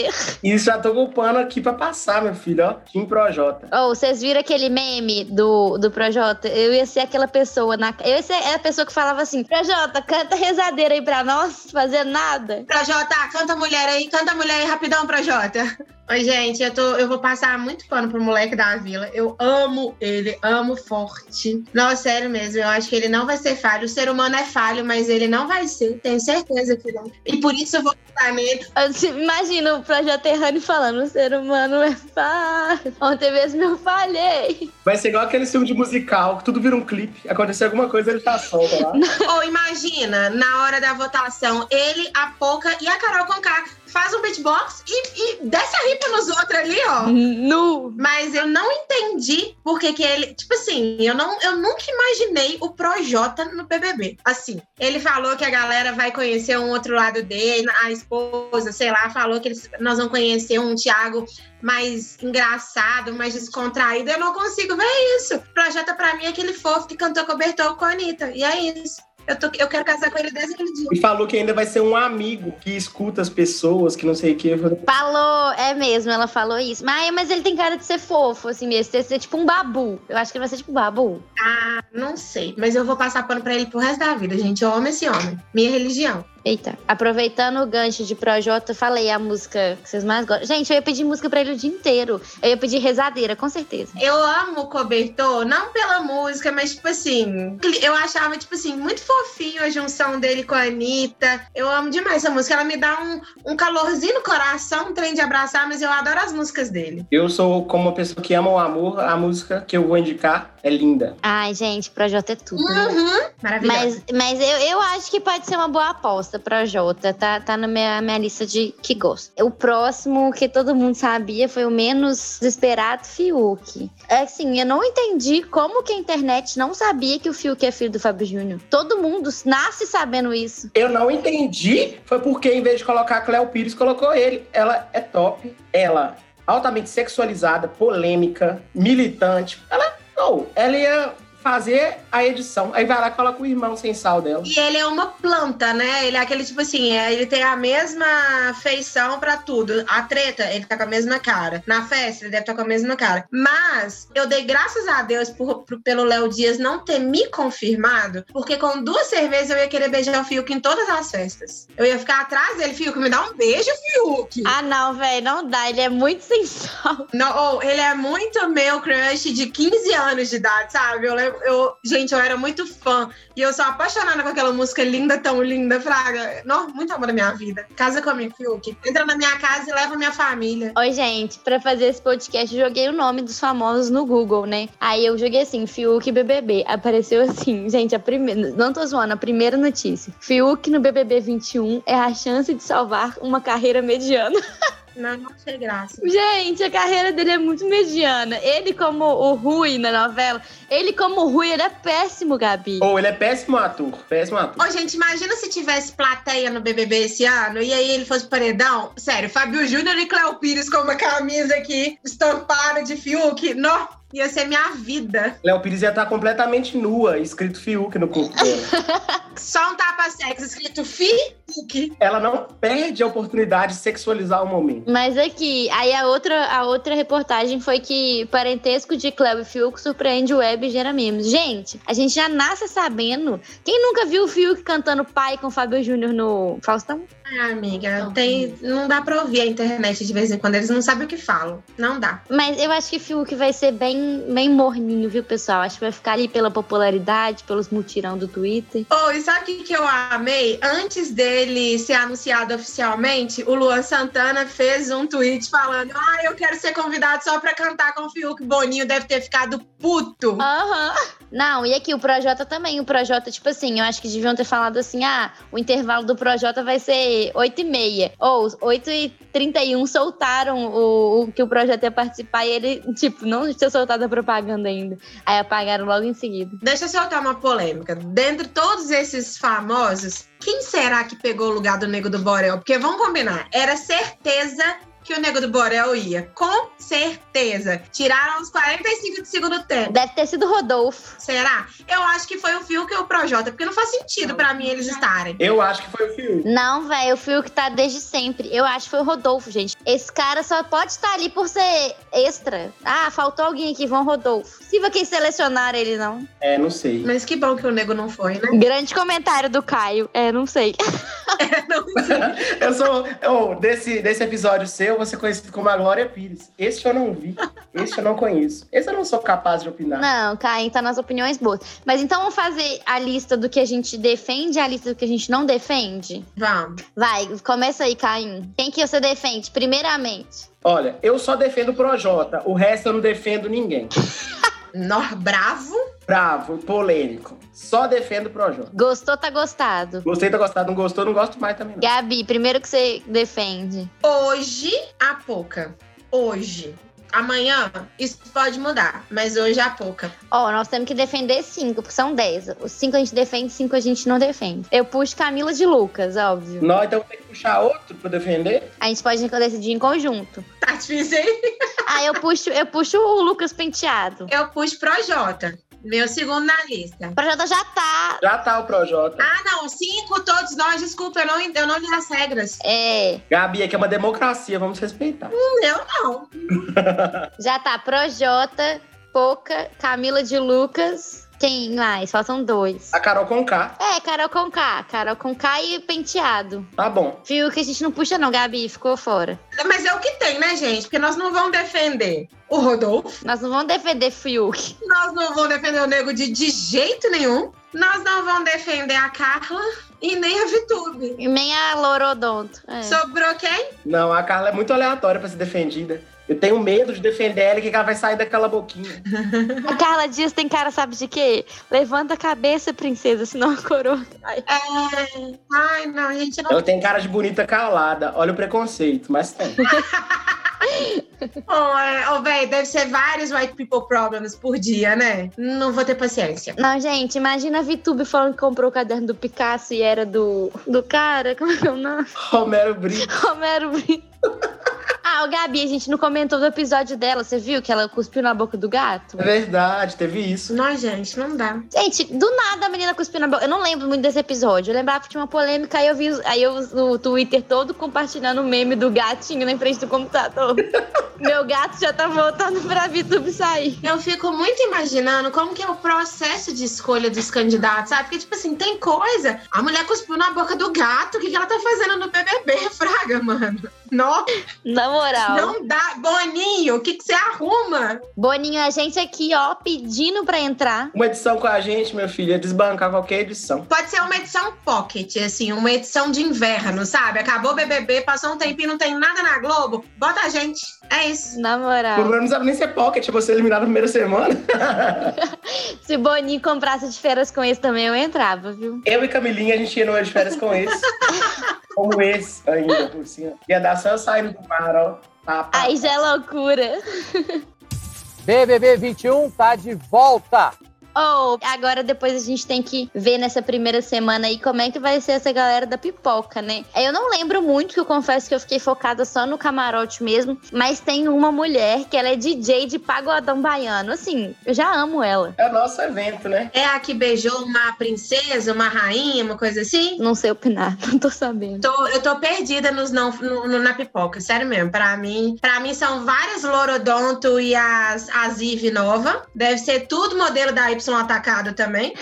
E já tô com o pano aqui pra passar, meu filho, ó. Team Projota. Ou vocês viram aquele meme do, do Projota? Eu ia ser aquela pessoa na. Eu ia ser a pessoa que falava assim: Projota, canta rezadeira aí pra nós, fazer nada. Projota, canta mulher aí, canta mulher aí rapidão, Projota. Oi, gente, eu, tô, eu vou passar muito pano pro moleque da vila. Eu amo ele, amo forte. Não, sério mesmo, eu acho que ele não vai ser falho. O ser humano é falho, mas ele não vai ser, tenho certeza que não. E por isso eu vou votar nele. Eu te- Assim, Imagina o Projota errando e falando: o ser humano é fácil. Ontem mesmo eu falhei. Vai ser igual aquele filme de musical, que tudo vira um clipe. Aconteceu alguma coisa, ele tá solto lá. Ou imagina, na hora da votação, ele, a Poca e a Carol Conká faz um beatbox e, e desce a ripa nos outros ali, ó. Nu. Mas eu não entendi porque que ele. Tipo assim, eu, não, eu nunca imaginei o Projota no BBB. Assim, ele falou que a galera vai conhecer um outro lado dele, a esposa, sei lá, falou que eles, nós vamos conhecer um Thiago mais engraçado, mais descontraído. Eu não consigo ver isso. Projota pra mim é aquele fofo que cantou cobertor com a Anitta. E é isso. Eu, tô, eu quero casar com ele desde aquele dia. E falou que ainda vai ser um amigo que escuta as pessoas, que não sei o quê. Eu falei, Falou, é mesmo, ela falou isso. Mas, mas ele tem cara de ser fofo, assim mesmo, de ser tipo um babu. Eu acho que ele vai ser tipo um babu. Ah, não sei. Mas eu vou passar pano pra ele pro resto da vida, gente. Eu amo esse homem. Minha religião. Eita. Aproveitando o gancho de Projota, falei a música que vocês mais gostam. Gente, eu ia pedir música pra ele o dia inteiro. Eu ia pedir rezadeira, com certeza. Eu amo o cobertor, não pela música, mas tipo assim, eu achava, tipo assim, muito fofinho a junção dele com a Anitta. Eu amo demais essa música. Ela me dá um, um calorzinho no coração, um trem de abraçar, mas eu adoro as músicas dele. Eu sou como uma pessoa que ama o amor, a música que eu vou indicar é linda. Ai, gente, Projota é tudo. né? Uhum. Maravilhoso. Mas, mas eu, eu acho que pode ser uma boa aposta pra Jota. Tá, tá na minha, minha lista de que gosto. O próximo que todo mundo sabia foi o menos esperado, Fiuk. É assim, eu não entendi como que a internet não sabia que o Fiuk é filho do Fábio Júnior. Todo mundo nasce sabendo isso. Eu não entendi, foi porque em vez de colocar a Cleo Pires, colocou ele. Ela é top, ela altamente sexualizada, polêmica, militante. Ela, não, ela ia fazer a edição, aí vai lá e coloca o irmão sem sal dela. E ele é uma planta, né? Ele é aquele tipo assim, é, ele tem a mesma feição pra tudo. A treta, ele tá com a mesma cara. Na festa, ele deve estar com a mesma cara. Mas eu dei graças a Deus por- por- pelo Léo Dias não ter me confirmado, porque com duas cervejas eu ia querer beijar o Fiuk em todas as festas. Eu ia ficar atrás dele, Fiuk, me dá um beijo, Fiuk. Ah, não, velho, não dá. Ele é muito sensual. Não, oh, ele é muito meu crush de 15 anos de idade, sabe? Eu, lembro- eu, gente, eu era muito fã. E eu sou apaixonada com aquela música linda, tão linda, Fraga. Não, muito amor da minha vida. Casa comigo, Fiuk. Entra na minha casa e leva minha família. Oi, gente, pra fazer esse podcast, eu joguei o nome dos famosos no Google, né? Aí eu joguei assim, Fiuk BBB. Apareceu assim, gente, a primeira. Não tô zoando, a primeira notícia. Fiuk no BBB 21 é a chance de salvar uma carreira mediana. Não, não achei graça. Gente, a carreira dele é muito mediana. Ele, como o Rui na novela, ele, como o Rui, ele é péssimo, Gabi. Ou ele é péssimo ator, péssimo ator. Ô, gente, imagina se tivesse plateia no BBB esse ano e aí ele fosse pro paredão. Sério, Fábio Júnior e Cléo Pires com uma camisa aqui estampada de Fiuk. Não, ia ser minha vida. Léo Pires ia estar completamente nua, escrito Fiuk no corpo dela. Só um tapa sexo escrito Fiuk. ela não perde a oportunidade de sexualizar o momento. Mas aqui, aí a outra, a outra reportagem foi que parentesco de Cleo e Fiuk surpreende o web e gera memes. Gente, a gente já nasce sabendo. Quem nunca viu o Fiuk cantando pai com o Fábio Júnior no Faustão? Ah, amiga, tem, não dá pra ouvir a internet de vez em quando. Eles não sabem o que falam. Não dá. Mas eu acho que Fiuk vai ser bem, bem morninho, viu, pessoal? Acho que vai ficar ali pela popularidade, pelos mutirão do Twitter. Oh, e sabe o que que eu amei? Antes dele ser anunciado oficialmente, o Luan Santana fez um tweet falando: Ah, eu quero ser convidado só pra cantar com o Fiuk. Boninho deve ter ficado puto. Aham. Não, e aqui o Projota também. O Projota, tipo assim, eu acho que deviam ter falado assim: ah, o intervalo do Projota vai ser 8h30. Ou 8h31 soltaram o, o que o Projota ia participar e ele, tipo, não tinha soltado a propaganda ainda. Aí apagaram logo em seguida. Deixa eu soltar uma polêmica. Dentre todos esses famosos, quem será que pegou o lugar do Nego do Borel? Porque vamos combinar, era certeza que o Nego do Borel ia. Com certeza. Tiraram os 45 de segundo tempo. Deve ter sido o Rodolfo. Será? Eu acho que foi o Fiuk e o Projota, porque não faz sentido pra mim eles estarem. Eu acho que foi o Fiuk. Não, velho, o Fiuk tá desde sempre. Eu acho que foi o Rodolfo, gente. Esse cara só pode estar ali por ser extra. Ah, faltou alguém aqui, vão Rodolfo. Se vai quem selecionar ele, não. É, não sei. Mas que bom que o Nego não foi, né? Grande comentário do Caio. É, não sei. Não sei. Eu sou. eu- desse, desse episódio seu, você é conhecido como a Glória Pires. Esse eu não vi. Esse eu não conheço. Esse eu não sou capaz de opinar. Não, Caim, tá nas opiniões boas. Mas então vamos fazer a lista do que a gente defende e a lista do que a gente não defende? Vamos. Vai, começa aí, Caim. Quem que você defende, primeiramente? Olha, eu só defendo o Projota. O resto eu não defendo ninguém. Nor bravo. Bravo, polêmico. Só defendo o Projota. Gostou, tá gostado. Gostei, tá gostado, não gostou, não gosto mais também. Não. Gabi, primeiro que você defende. Hoje, a pouca. Hoje. Amanhã, isso pode mudar, mas hoje a pouca. Ó, nós temos que defender cinco, porque são dez. Os cinco a gente defende, cinco a gente não defende. Eu puxo Camila de Lucas, óbvio. Nós então tem que puxar outro pra defender? A gente pode decidir em conjunto. Tá difícil, hein? Aí eu puxo, eu puxo o Lucas Penteado. Eu pus Projota, meu segundo na lista. O Projota já tá. Já tá o Projota. Ah, não, cinco todos nós, desculpa, eu não, eu não li as regras. É, Gabi, aqui é uma democracia, vamos respeitar. Eu não. já tá Projota, Poca, Camila de Lucas. Quem mais? Faltam dois. A Carol Conká, É, Carol Conká. Carol Conká e Penteado. tá bom. Viu que a gente não puxa, não, Gabi, ficou fora. Mas é o que tem, né, gente? Porque nós não vamos defender o Rodolfo, Nós não vamos defender Fiuk. nós não vamos defender o Nego de, de jeito nenhum, nós não vamos defender a Carla e nem a Vitube. E nem a Lorodonto. É. Sobrou quem? Não, a Carla é muito aleatória pra ser defendida. Eu tenho medo de defender ela, que ela vai sair daquela boquinha. A Carla Dias tem cara, sabe de quê? Levanta a cabeça, princesa, senão a coroa cai. É... Ai, não, a gente não. Ela tem cara de bonita calada. Olha o preconceito, mas tem. Ô, é... ô, véi, deve ser vários white people problems por dia, né? Não vou ter paciência. Não, gente, imagina a Vitube falando que comprou o caderno do Picasso e era do, do cara. Como é que é o nome? Romero Brito. Romero Brito. Ah, o Gabi, a gente não comentou do episódio dela. Você viu que ela cuspiu na boca do gato? É verdade, teve isso. Não, gente, não dá. Gente, do nada a menina cuspiu na boca. Eu não lembro muito desse episódio. Eu lembrava que tinha uma polêmica, aí eu vi os- aí eu, os- o Twitter todo compartilhando o meme do gatinho na frente do computador. Meu gato já tá voltando pra VTube sair. Eu fico muito imaginando como que é o processo de escolha dos candidatos, sabe? Porque, tipo assim, tem coisa. A mulher cuspiu na boca do gato. O que, que ela tá fazendo no BBB, Fraga, mano? Não, Na moral. não dá. Boninho, o que, que você arruma? Boninho, a gente aqui, ó, pedindo pra entrar. Uma edição com a gente, meu filho, é desbancar qualquer edição. Pode ser uma edição pocket, assim, uma edição de inverno, sabe? Acabou o BBB, passou um tempinho, não tem nada na Globo. Bota a gente. É isso. Na O moral. problema um não sabe nem ser pocket, você eliminar na primeira semana. Se Boninho comprasse de férias com esse também, eu entrava, viu? Eu e Camilinha, a gente ia no olho de férias com esse. Como esse ainda, por cima. Ia dar só eu saindo do mar, ó. Tá, Pá, pá. Aí já é loucura. BBB 21 tá de volta. Ou Oh, agora depois a gente tem que ver nessa primeira semana aí como é que vai ser essa galera da pipoca, né? Eu não lembro muito, que eu confesso que eu fiquei focada só no camarote mesmo, mas tem uma mulher que ela é DJ de pagodão baiano. Assim, eu já amo ela. É o nosso evento, né? É a que beijou uma princesa, uma rainha, uma coisa assim? Não sei opinar, não tô sabendo. Tô- eu tô perdida nos não no- no- na pipoca, sério mesmo. Pra mim, para mim são várias Lorodonto e as as Ive Nova. Deve ser tudo modelo da Y atacado também.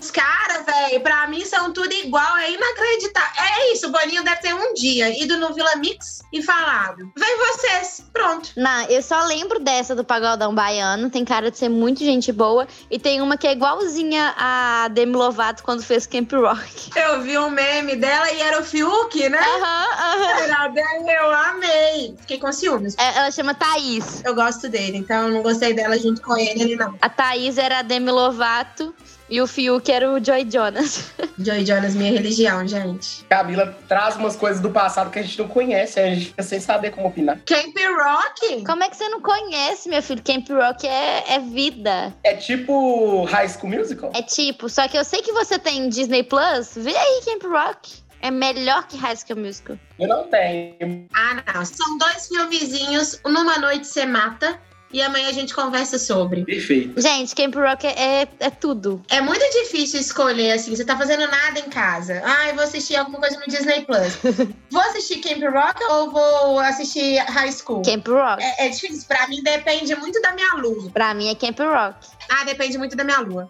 Os caras, velho, pra mim são tudo igual, é inacreditável. É isso, o Boninho deve ter um dia ido no Vila Mix e falado: "Vem vocês". Pronto. Não, eu só lembro dessa do pagodão baiano, tem cara de ser muito gente boa, e tem uma que é igualzinha a Demi Lovato quando fez Camp Rock. Eu vi um meme dela e era o Fiuk, né? Aham, aham. Era dela, eu amei. Fiquei com ciúmes. É, Ela chama Thaís. Eu gosto dele, então eu não gostei dela junto com ele, ele não. A Thaís era a Demi Lovato e o Fiuk era o Joy Jonas. Joy Jonas, minha religião, gente. Camila traz umas coisas do passado que a gente não conhece, a gente fica sem saber como opinar. Camp Rock? Como é que você não conhece, meu filho? Camp Rock é, é vida. É tipo High School Musical? É tipo, só que eu sei que você tem Disney Plus. Vê aí Camp Rock. É melhor que High School Musical. Eu não tenho. Ah, não. São dois filmezinhos. Numa noite você mata e amanhã a gente conversa sobre. Perfeito. Gente, Camp Rock é, é, é tudo. É muito difícil escolher, assim. Você tá fazendo nada em casa. Ai, vou assistir alguma coisa no Disney Plus. vou assistir Camp Rock ou vou assistir High School? Camp Rock. É, é difícil. Pra mim, depende muito da minha lua. Pra mim é Camp Rock. Ah, depende muito da minha lua.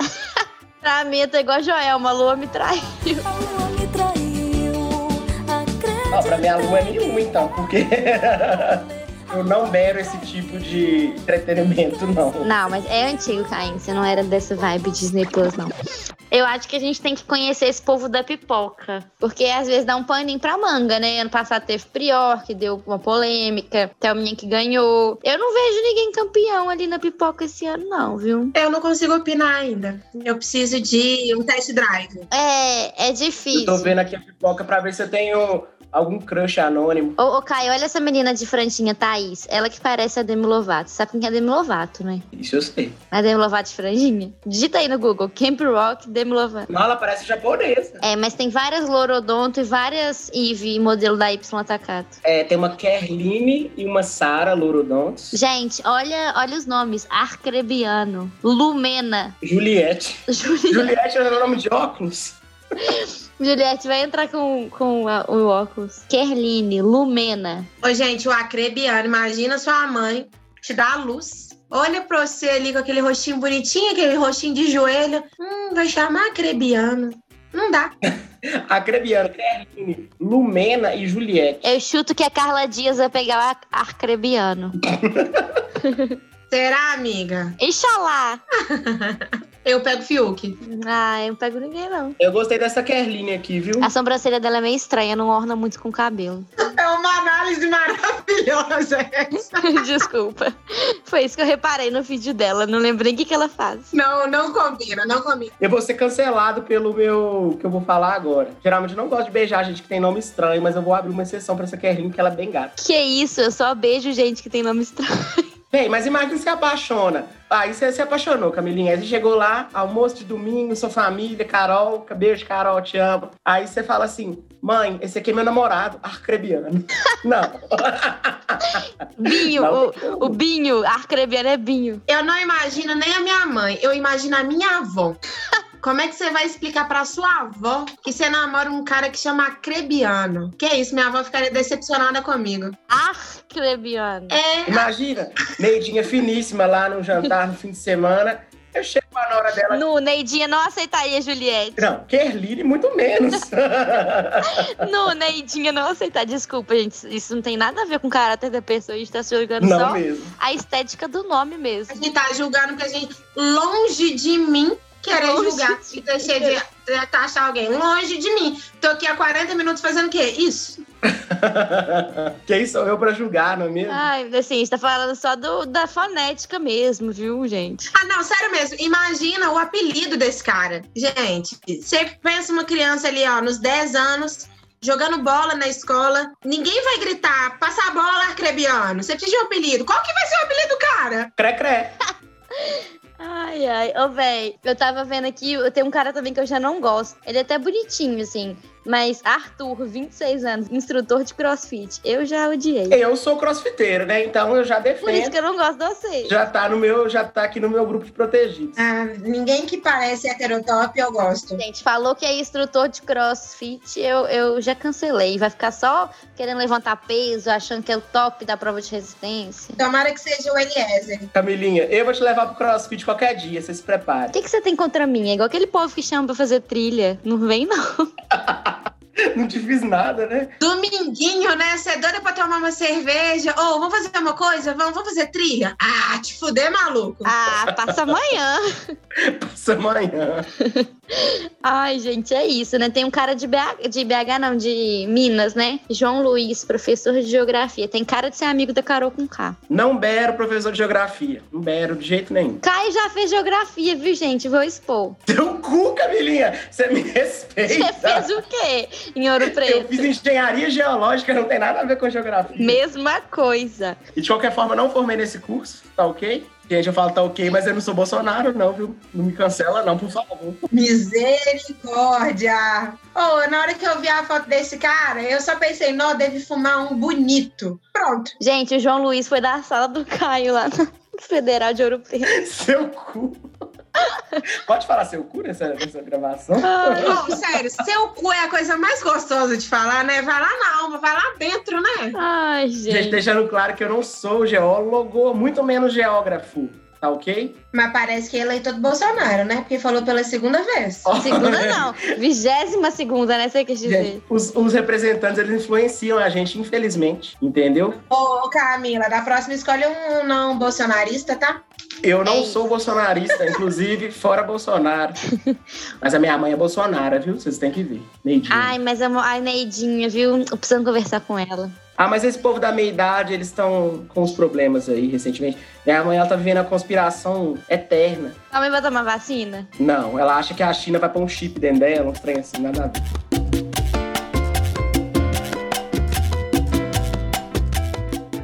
Pra mim, eu tô igual a Joelma, a lua me trai. A lua me traiu, acredita Não, pra mim a lua é nenhuma, então, porque eu não bero esse tipo de entretenimento, não. Não, mas é antigo, Caim. Você não era dessa vibe Disney Plus, não. Eu acho que a gente tem que conhecer esse povo da pipoca. Porque às vezes dá um paninho pra manga, né? Ano passado teve Prior, que deu uma polêmica. Thelminha que ganhou. Eu não vejo ninguém campeão ali na pipoca esse ano, não, viu? Eu não consigo opinar ainda. Eu preciso de um test drive. É, é Eu tô difícil. vendo aqui a pipoca pra ver se eu tenho algum crush anônimo. Ô, ô, Caio, olha essa menina de franjinha, Thaís. Ela que parece a Demi Lovato. Sabe quem é a Demi Lovato, né? Isso eu sei. A Demi Lovato de franjinha? Digita aí no Google. Camp Rock, Demi Lovato. Não, ela parece japonesa. É, mas tem várias Lorodonto e várias Eve modelo da Y atacado. É, tem uma Kerline e uma Sara Lorodontos. Gente, olha, olha os nomes. Arcrebiano, Lumena, Juliette. Juliette. Juliette era o nome de óculos? Juliette vai entrar com, com a- o óculos. Kerline, Lumena. Ô, gente, o acrebiano, imagina sua mãe te dá a luz. Olha pra você ali com aquele rostinho bonitinho, aquele rostinho de joelho. Hum, vai chamar acrebiano. Não dá. Acrebiano, Kerline, Lumena e Juliette. Eu chuto que a Carla Dias vai pegar o Ar- Arcrebiano. Será, amiga? Inxalá! Eu pego Fiuk. Ah, eu não pego ninguém, não. Eu gostei dessa Kerline aqui, viu? A sobrancelha dela é meio estranha, não orna muito com o cabelo. É uma análise maravilhosa. Desculpa. Foi isso que eu reparei no vídeo dela. Não lembrei o que, que ela faz. Não, não combina, não combina. Eu vou ser cancelado pelo meu. que eu vou falar agora. Geralmente eu não gosto de beijar gente que tem nome estranho, mas eu vou abrir uma exceção pra essa Kerline, que ela é bem gata. Que isso? Eu só beijo gente que tem nome estranho. Bem, mas imagina se apaixona. Aí você se apaixonou, Camilinha. Aí você chegou lá, almoço de domingo, sua família, Carol, beijo, Carol, te amo. Aí você fala assim, mãe, esse aqui é meu namorado, arcrebiano. Não. Binho, Não, o, o Binho, Arcrebiano é Binho. Eu não imagino nem a minha mãe, eu imagino a minha avó. Como é que você vai explicar pra sua avó que você namora um cara que chama acrebiano? Que isso, minha avó ficaria decepcionada comigo. Arcrebiano. É, Imagina, Neidinha finíssima lá no jantar no fim de semana. Eu chego lá na hora dela. No Neidinha não aceitaria Juliette. Não, Kerline, muito menos. No Neidinha não aceitar. Desculpa, gente. Isso não tem nada a ver com o caráter da pessoa. A gente tá se julgando não só mesmo. a estética do nome A mesmo. gente tá julgando que a gente. Longe de mim querer Longe julgar. E deixei de de taxar alguém. Longe de mim. Tô aqui há 40 minutos fazendo o quê? Isso. Quem sou eu pra julgar, não é mesmo? Ai, assim, a gente tá falando só do, da fonética mesmo, viu, gente? Ah, não, sério mesmo. Imagina o apelido desse cara. Gente, você pensa uma criança ali, ó, nos 10 anos. Jogando bola na escola, ninguém vai gritar, passa a bola, Arcrebiano. Você precisa de um apelido. Qual que vai ser o apelido do cara? Cré, cré. Ai, ai. Ô, véi, eu tava vendo aqui, eu tenho um cara também que eu já não gosto. Ele é até bonitinho, assim. Mas Arthur, 26 anos, instrutor de crossfit. Eu já odiei. Eu sou crossfiteiro, né? Então eu já Por isso defendo. que eu não gosto de você. Já tá no meu, já tá aqui no meu grupo de protegidos. Ah, ninguém que parece heterotop eu gosto. Gente, falou que é instrutor de crossfit, eu, eu já cancelei. Vai ficar só querendo levantar peso, achando que é o top da prova de resistência. Tomara que seja o Eliezer. Camilinha, eu vou te levar pro crossfit qualquer dia, você se O prepare. que, que você tem contra mim? É igual aquele povo que chama pra fazer trilha. Não vem, não. Não te fiz nada, né? Dominguinho, né? Você é doida pra tomar uma cerveja? Ou vamos fazer uma coisa? Vamos, vamos fazer trilha? Ah, te fuder, maluco. Ah, passa amanhã. Passa amanhã. Ai, gente, é isso, né? Tem um cara de BH, de BH, não, de Minas, né? João Luiz, professor de geografia. Tem cara de ser amigo da Carol com K. Não bero professor de geografia. Não bero de jeito nenhum. Caio já fez geografia, viu, gente? Vou expor. Teu cu, Camilinha! Você me Você respeita! fez o quê em Ouro Eu Preto? fiz engenharia geológica, não tem nada a ver com geografia. Mesma coisa. E de qualquer forma, não formei nesse curso, tá ok? Gente, eu falo tá ok, mas eu não sou Bolsonaro, não, viu? Não me cancela, não, por favor. Misericórdia. Ou na hora que eu vi a foto desse cara, eu só pensei, não, deve fumar um bonito. Pronto. Gente, o João Luiz foi da sala do Caio lá no Federal de Ouro Preto. Seu cu. Pode falar seu cu nessa, nessa gravação? Ai, Não, sério, seu cu é a coisa mais gostosa de falar, né? Vai lá na alma, vai lá dentro, né? ai, Gente, gente. deixando claro que eu não sou geólogo, muito menos geógrafo. Tá ok? Mas parece que é eleitor do Bolsonaro, né? Porque falou pela segunda vez. Segunda não. Vigésima segunda, né? Você quis dizer. Gente, os, os representantes, eles influenciam a gente, infelizmente. Entendeu? Ô, Camila, da próxima escolhe um não bolsonarista, tá? Eu É não sou bolsonarista, inclusive, fora Bolsonaro. Mas a minha mãe é Bolsonara, viu? Vocês têm que ver. Neidinha. Ai, mas amo, ai, Neidinha, viu? Tô precisando conversar com ela. Ah, mas esse povo da meia-idade, eles estão com os problemas aí, recentemente. Minha mãe, ela tá vivendo a conspiração eterna. Sua mãe vai tomar vacina? Não, ela acha que a China vai pôr um chip dentro dela, um trem assim, nada a ver.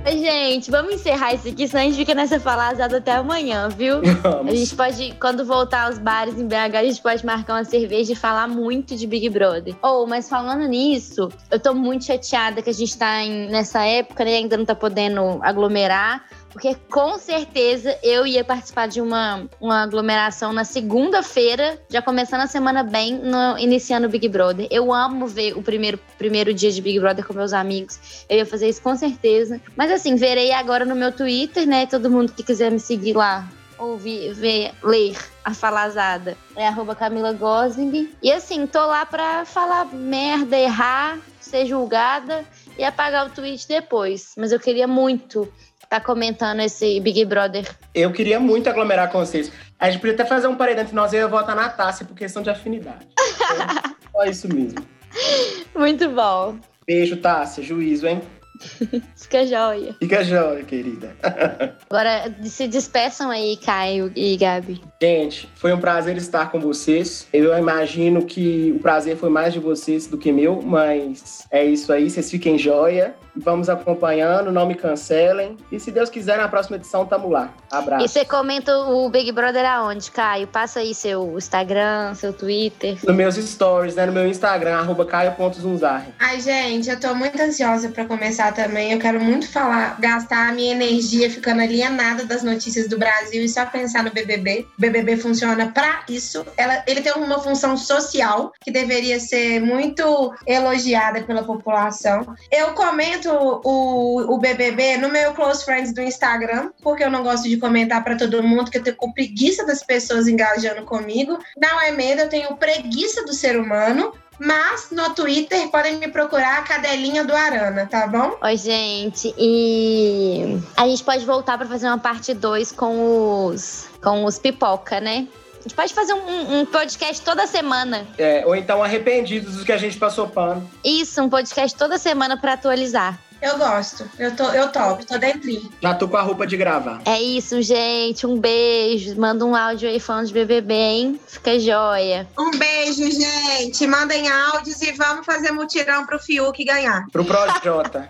Ai, Gente, vamos encerrar isso aqui, senão a gente fica nessa falazada até amanhã, viu? A Vamos. gente pode, quando voltar aos bares em BH, a gente pode marcar uma cerveja e falar muito de Big Brother. Ou, mas falando nisso, eu tô muito chateada que a gente tá em- nessa época, né? Ainda não tá podendo aglomerar. Porque com certeza eu ia participar de uma, uma aglomeração na segunda-feira, já começando a semana bem, no- iniciando o Big Brother. Eu amo ver o primeiro, primeiro dia de Big Brother com meus amigos. Eu ia fazer isso com certeza. Mas assim, verei agora no meu Twitter, né? Todo mundo que quiser me seguir lá, ouvir, ver, ler a falazada. É arroba Camila Gosling. E assim, tô lá pra falar merda, errar, ser julgada e apagar o tweet depois. Mas eu queria muito estar comentando esse Big Brother. Eu queria muito aglomerar com vocês. A gente podia até fazer um paredão entre nós e eu votar na Tássia por questão de afinidade. Então, Só isso mesmo. Muito bom. Beijo, Tássia. Juízo, hein? Fica joia. Fica jóia, querida. Agora É, se despeçam aí, Caio e Gabi. Gente, foi um prazer estar com vocês. Eu imagino que o prazer foi mais de vocês do que meu, mas é isso aí. Vocês fiquem jóia. Vamos acompanhando, não me cancelem. E se Deus quiser, na próxima edição, tamo lá. E Abraço. você comenta o Big Brother aonde, Caio? Passa aí seu Instagram, seu Twitter. Nos meus stories, né? No meu Instagram, arroba caio.zunzarre. Ai, gente, eu tô muito ansiosa pra começar também. Eu quero muito falar, gastar a minha energia ficando alienada das notícias do Brasil e só pensar no BBB. O BBB funciona pra isso. Ela, ele tem uma função social que deveria ser muito elogiada pela população. Eu comento o, o BBB no meu close friends do Instagram, porque eu não gosto de comentar pra todo mundo, que eu tenho preguiça das pessoas engajando comigo. Não é medo, eu tenho preguiça do ser humano. Mas no Twitter podem me procurar a cadelinha do Arana, tá bom? Oi, gente. E a gente pode voltar pra fazer uma parte 2 com os com os pipoca, né? A gente pode fazer um, um podcast toda semana. É, ou então arrependidos do que a gente passou pano. Isso, um podcast toda semana pra atualizar. Eu gosto, eu, tô, eu topo, tô dentro. Já tô com a roupa de gravar. É isso, gente. Um beijo. Manda um áudio aí falando de BBB, hein? Fica joia. Um beijo, gente. Mandem áudios e vamos fazer mutirão pro Fiuk ganhar. Pro Projota.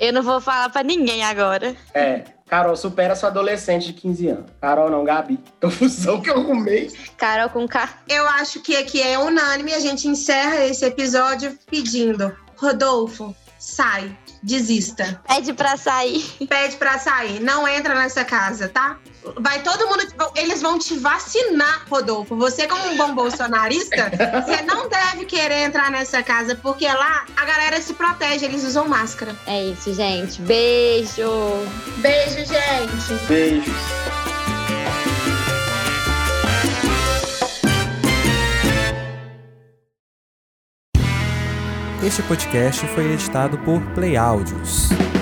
Eu não vou falar pra ninguém agora. é. Carol, supera sua adolescente de 15 anos. Carol não, Gabi. Confusão que eu arrumei. Carol com K. Eu acho que aqui é unânime. A gente encerra esse episódio pedindo: Rodolfo, sai, desista. Pede pra sair. Pede pra sair. Não entra nessa casa, tá? Vai todo mundo. Eles vão te vacinar, Rodolfo. Você, como um bom bolsonarista, você não deve querer entrar nessa casa, porque lá a galera se protege, eles usam máscara. É isso, gente. Beijo. Beijo, gente. Beijos. Este podcast foi editado por Play Áudios.